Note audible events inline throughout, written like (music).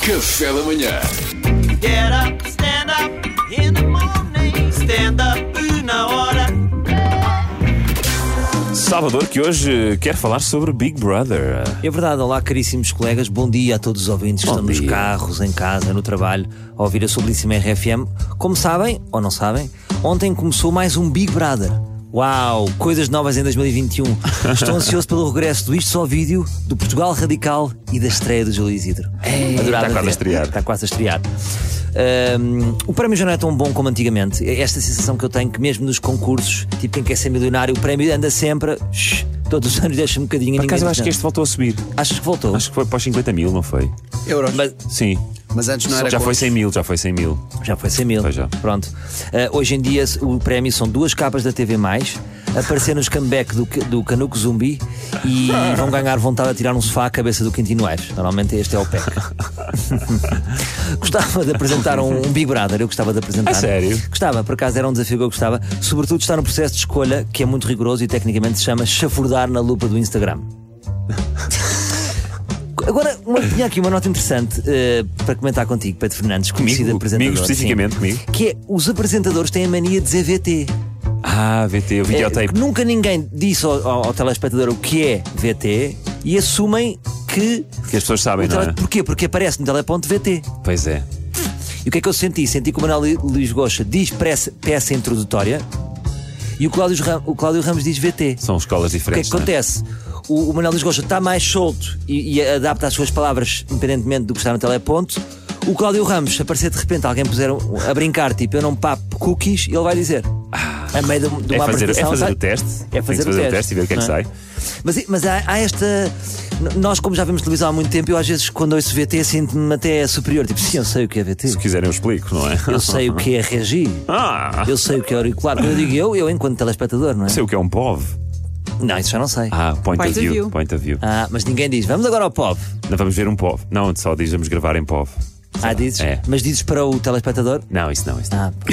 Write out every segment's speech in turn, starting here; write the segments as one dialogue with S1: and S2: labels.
S1: Café da manhã.
S2: Get up, stand up in the morning. Stand up na hora.
S3: Salvador, que hoje eh, quer falar sobre Big Brother.
S4: É verdade, olá caríssimos colegas, bom dia a todos os ouvintes que
S3: Bom
S4: estão nos
S3: dia.
S4: carros, em casa, no trabalho, a ouvir a Sublíssima RFM. Como sabem, ou não sabem, ontem começou mais um Big Brother. Uau, coisas novas em 2021. Estou ansioso pelo regresso do Isto Só Vídeo, do Portugal Radical e da estreia do Júlio Isidro. Adorava
S3: está quase
S4: ver.
S3: a estrear.
S4: Está quase a estrear. Hum, o prémio já não é tão bom como antigamente. É Esta sensação que eu tenho que, mesmo nos concursos, tipo quem quer ser milionário, o prémio anda sempre. shh, todos os anos deixa um bocadinho
S3: Por acaso eu acho que
S4: ninguém diz nada.
S3: este voltou a subir.
S4: Achas que voltou?
S3: Acho que foi para os 50 mil, não foi?
S5: euros. Mas,
S4: Mas
S3: Sim.
S5: antes não era
S3: já foi
S5: contos.
S3: 100 mil, já foi 100 mil.
S4: já foi 100 mil.
S3: Pois já.
S4: Pronto. Ah, hoje em dia o prémio são duas capas da TV, aparecer nos comeback do, ca- do Canuco Zumbi
S3: (laughs)
S4: e vão ganhar vontade de tirar um sofá à cabeça do Quintino Aires. Normalmente este é
S3: (laughs)
S4: o PEC. gostava de apresentar um, um Big Brother, eu gostava de apresentar.
S3: A sério?
S4: Gostava, por acaso era um desafio que eu gostava. Sobretudo está no processo de escolha, que é muito rigoroso e tecnicamente se chama chafurdar na lupa do Instagram. Agora, uma, tinha aqui uma nota interessante eh, para comentar contigo, Pedro Fernandes, conhecido
S3: Comigo?
S4: apresentador.
S3: Comigo
S4: sim.
S3: especificamente, comigo?
S4: Que é, os apresentadores têm a mania de dizer VT.
S3: Ah, VT, o
S4: É,
S3: videotape.
S4: que nunca ninguém disse ao, ao- ao telespectador o que é VT e assumem que.
S3: Que as pessoas sabem,
S4: o
S3: não
S4: tele-
S3: é?
S4: Porquê? Porque aparece no teleponto VT.
S3: Pois é.
S4: E o que é que eu senti? Senti que o Manuel Lu- Luís Gosta diz peça, peça introdutória e o Cláudio, Ram- o Cláudio Ramos diz VT.
S3: São escolas
S4: O que é
S3: diferentes.
S4: que acontece? O, o Manuel Luís Gosta está mais solto e, e adapta as suas palavras, independentemente do que está no teleponto. O Cláudio Ramos, se aparecer de repente alguém puser um- a brincar, tipo eu não papo cookies, ele vai dizer. A meio de, um, de
S3: não
S4: uma
S3: é? É fazer, é
S4: apresentação,
S3: fazer
S4: sai-
S3: o teste.
S4: É
S3: Tem que
S4: fazer,
S3: fazer o teste e ver o que é que
S4: não
S3: sai.
S4: Mas, mas há, há esta. n- Nós, como já vemos televisão há muito tempo, eu às vezes quando ouço VT sinto-me até superior. Tipo, sim, eu sei o que é VT.
S3: Se quiserem, eu explico, não é?
S4: Eu sei o que é regir.
S3: (laughs) Ah!
S4: Eu sei o que é auricular. Quando eu digo eu, eu enquanto telespectador, não é?
S3: sei o que é um POV.
S4: Não, isso já não sei.
S3: Ah, point,
S6: Point
S3: of
S6: of
S3: view.
S6: view.
S3: Point of view.
S4: Ah, mas ninguém diz. Vamos agora ao POV.
S3: Não vamos ver um POV. Não, só diz vamos gravar em POV.
S4: Ah, dizes?
S3: É.
S4: Mas dizes para o telespectador?
S3: Não, isso não, isso não.
S4: Ah, pô.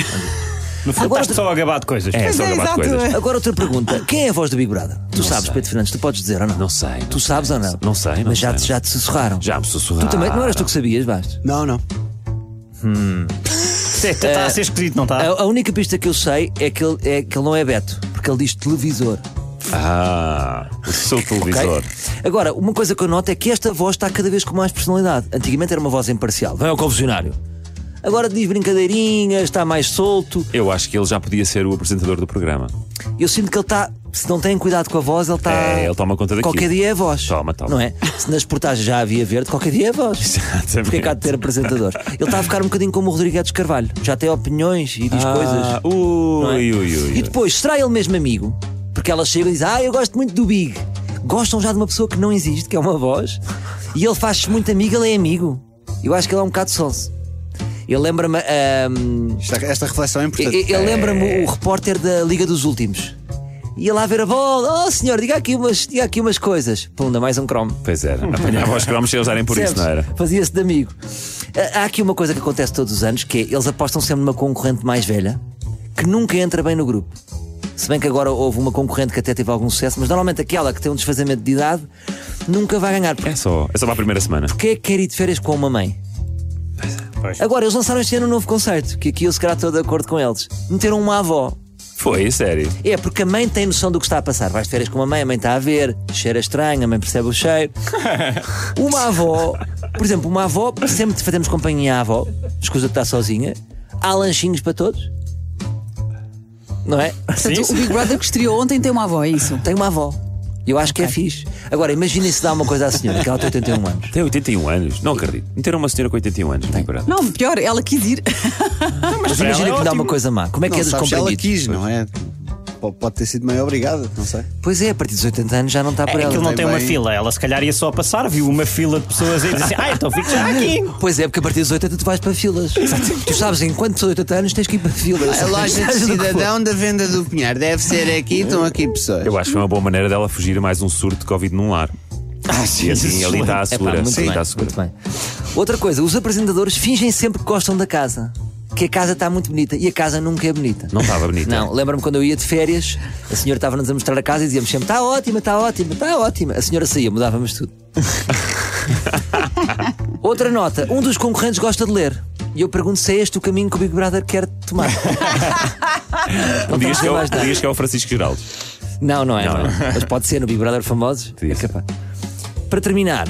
S7: No fundo,
S4: Agora-
S7: estás só a gabar de coisas.
S3: É,
S6: Pois
S3: só
S6: é,
S3: gravar de
S6: exato,
S3: coisas.
S6: é.
S4: (laughs) Agora outra pergunta. Quem é a voz do Big Brother? Tu sabes,
S3: sei.
S4: Pedro Fernandes, tu podes dizer ou não?
S3: Não sei. não
S4: Tu sabes
S3: sei,
S4: ou não?
S3: Não sei, não
S4: Mas já,
S3: sei,
S4: te-
S3: não
S4: já te sussurraram.
S3: Já Ah. me sussurraram.
S4: Tu também, não eras tu que sabias, Bastos?
S5: Não, não.
S3: (laughs) tá
S7: Está a ser esquisito, não
S4: A,
S7: está?
S4: a única pista que eu sei é que, ele, é que ele não é Beto, porque ele diz televisor.
S3: Ah, eu sou o televisor.
S4: ok? Agora, uma coisa que eu noto é que esta voz está cada vez com mais personalidade. Antigamente era uma voz imparcial, vem ao é confessionário. Agora diz brincadeirinhas, está mais solto.
S3: Eu acho que ele já podia ser o apresentador do programa.
S4: Eu sinto que ele está, se não tem cuidado com a voz, ele está.
S3: É, ele toma conta daquilo.
S4: Qualquer dia é a voz.
S3: Toma, toma.
S4: Não é? Se nas portagens já havia verde, qualquer dia é a voz.
S3: Exatamente.
S4: (laughs) Porque é que há de ter apresentador? Ele está a ficar um bocadinho como o Rodrigues Carvalho. Já tem opiniões e diz coisas. é?
S3: Ah, Ui, ui, ui.
S4: E depois será ele mesmo amigo? Porque ela chega e diz: Ah, eu gosto muito do Big. Gostam já de uma pessoa que não existe, que é uma voz. E ele faz-se muito amigo, ele é amigo. Eu acho que ele é um bocado sonso. Ele lembra-me. ahm,
S5: Esta, esta reflexão é importante.
S4: ele ele lembra-me o repórter da Liga dos Últimos. Ia lá ver a bola. Oh, senhor, diga aqui umas, diga aqui umas coisas. Punda, mais um cromo.
S3: Pois era. Apanhava os cromos se eles darem por isso,
S4: Percebes?
S3: não era?
S4: Fazia-se de amigo. Ah, Há aqui uma coisa que acontece todos os anos, que é eles apostam sempre numa concorrente mais velha que nunca entra bem no grupo. Se bem que agora houve uma concorrente que até teve algum sucesso, mas normalmente aquela que tem um desfazamento de idade nunca vai ganhar. Porque
S3: É só, é só para a primeira semana.
S4: quem é que quer ir de férias com uma mãe?
S7: Pois.
S4: é. Agora, eles lançaram este ano um novo conceito, que aqui eu se calhar estou de acordo com eles. Meteram uma avó.
S3: Foi, sério.
S4: É, porque a mãe tem noção do que está a passar. Vais de férias com uma mãe, a mãe está a ver, cheira estranho, a mãe percebe o cheiro. Uma avó, por exemplo, uma avó, sempre te fazemos companhia à avó, escusa de estar sozinha, há lanchinhos para todos. Não é?
S6: Portanto, o Big Brother que estreou ontem tem uma avó, é isso?
S4: Tem uma avó. Eu acho que é fixe. Agora, imaginem se dá uma coisa à senhora, que ela tem 81 anos.
S3: Tem 81 anos. Não acredito. Meteram uma senhora com 81 anos. Tem. Não,
S6: Não, pior, ela quis ir.
S4: Mas imagina que me dá uma coisa má. Como é que
S5: não,
S4: é dos
S5: sabes, ela
S4: comprimidos?
S5: quis, não é? P- Pode ter sido meio obrigada, não sei.
S4: Pois é, a partir dos 80 anos já não está por
S7: É,
S4: ela.
S7: aquilo não
S5: tem
S7: tem uma
S5: bem-
S7: fila. Ela se calhar ia só passar, viu uma fila de pessoas e disse assim: Ah, então fico já aqui.
S4: Pois é, porque a partir dos 80 tu vais para filas. Tu sabes, enquanto pessoa de 80 anos tens que ir para filas. (laughs)
S7: (laughs)
S4: Seja do que for.
S5: da Venda do Pinhar deve ser aqui, estão aqui pessoas.
S3: Eu acho que foi uma boa maneira dela fugir a mais um surto de Covid num lar.
S7: Ah,
S3: E assim, ali está a
S4: É
S3: segura.
S4: muito,
S3: Sim,
S4: bem,
S3: está à segura.
S4: muito bem. Outra coisa, os apresentadores fingem sempre que gostam da casa. Que a casa está muito bonita e a casa nunca é bonita.
S3: Não estava bonita.
S4: Não, lembro-me quando eu ia de férias, a senhora estava-nos a mostrar a casa e dizíamos sempre: "Tá está tá
S3: (laughs)
S4: ótima, está ótima, está ótima. A senhora saía, mudávamos tudo. Outra nota: um dos concorrentes gosta de ler. E eu pergunto se é este o caminho que o Big Brother quer
S3: (laughs)
S4: tomar. Não
S3: Dias que, é
S4: tem
S3: o,
S4: mais nada.
S3: dias que é o Francisco Geraldo.
S4: Não, não é, não, é. Mas pode ser no Big Brother Famosos. É
S3: Isso.
S4: capaz. Para terminar,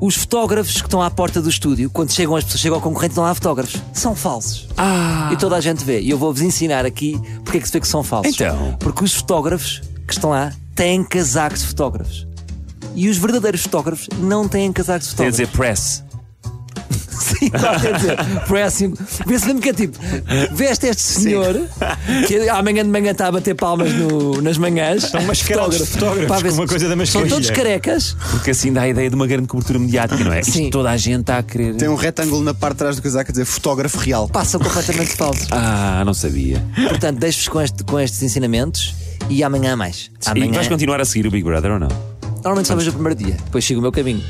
S4: os fotógrafos que estão à porta do estúdio, quando chegam as pessoas, chegam ao concorrente, não há fotógrafos. São falsos.
S3: Ah.
S4: E toda a gente vê. E eu vou-vos ensinar aqui porque é que se vê que são falsos.
S3: Então.
S4: Porque os fotógrafos que estão lá têm casacos de fotógrafos. E os verdadeiros fotógrafos não têm casacos de
S3: Tem a dizer
S4: fotógrafos.
S3: press.
S4: (laughs) Sim, quer dizer, próximo. Vê-se mesmo que é tipo, veste este senhor que é, amanhã de manhã está a bater palmas no- nas manhãs.
S3: É
S4: São
S7: mascarados de fotógrafos, com uma coisa da
S4: São
S7: mascarilha.
S4: todos carecas.
S3: Porque assim dá a ideia de uma grande cobertura mediática, não é? Isto
S4: Sim.
S3: toda a gente está a querer.
S5: Tem um retângulo na parte de trás do casaco a dizer fotógrafo real.
S4: Pá, são completamente falsos.
S3: Ah, não sabia.
S4: Portanto, deixo-vos com, este- com estes ensinamentos e amanhã há mais.
S3: E
S4: Amanhã.
S3: vais continuar a seguir o Big Brother ou não?
S4: Normalmente só vejo o primeiro dia, depois sigo o meu caminho.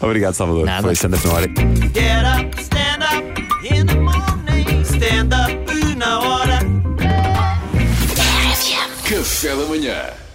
S3: Obrigado, Salvador.
S4: Nada.
S3: Foi stand-up na hora.
S2: Get up, stand up in the morning. Stand up, una hora.
S1: Café da manhã.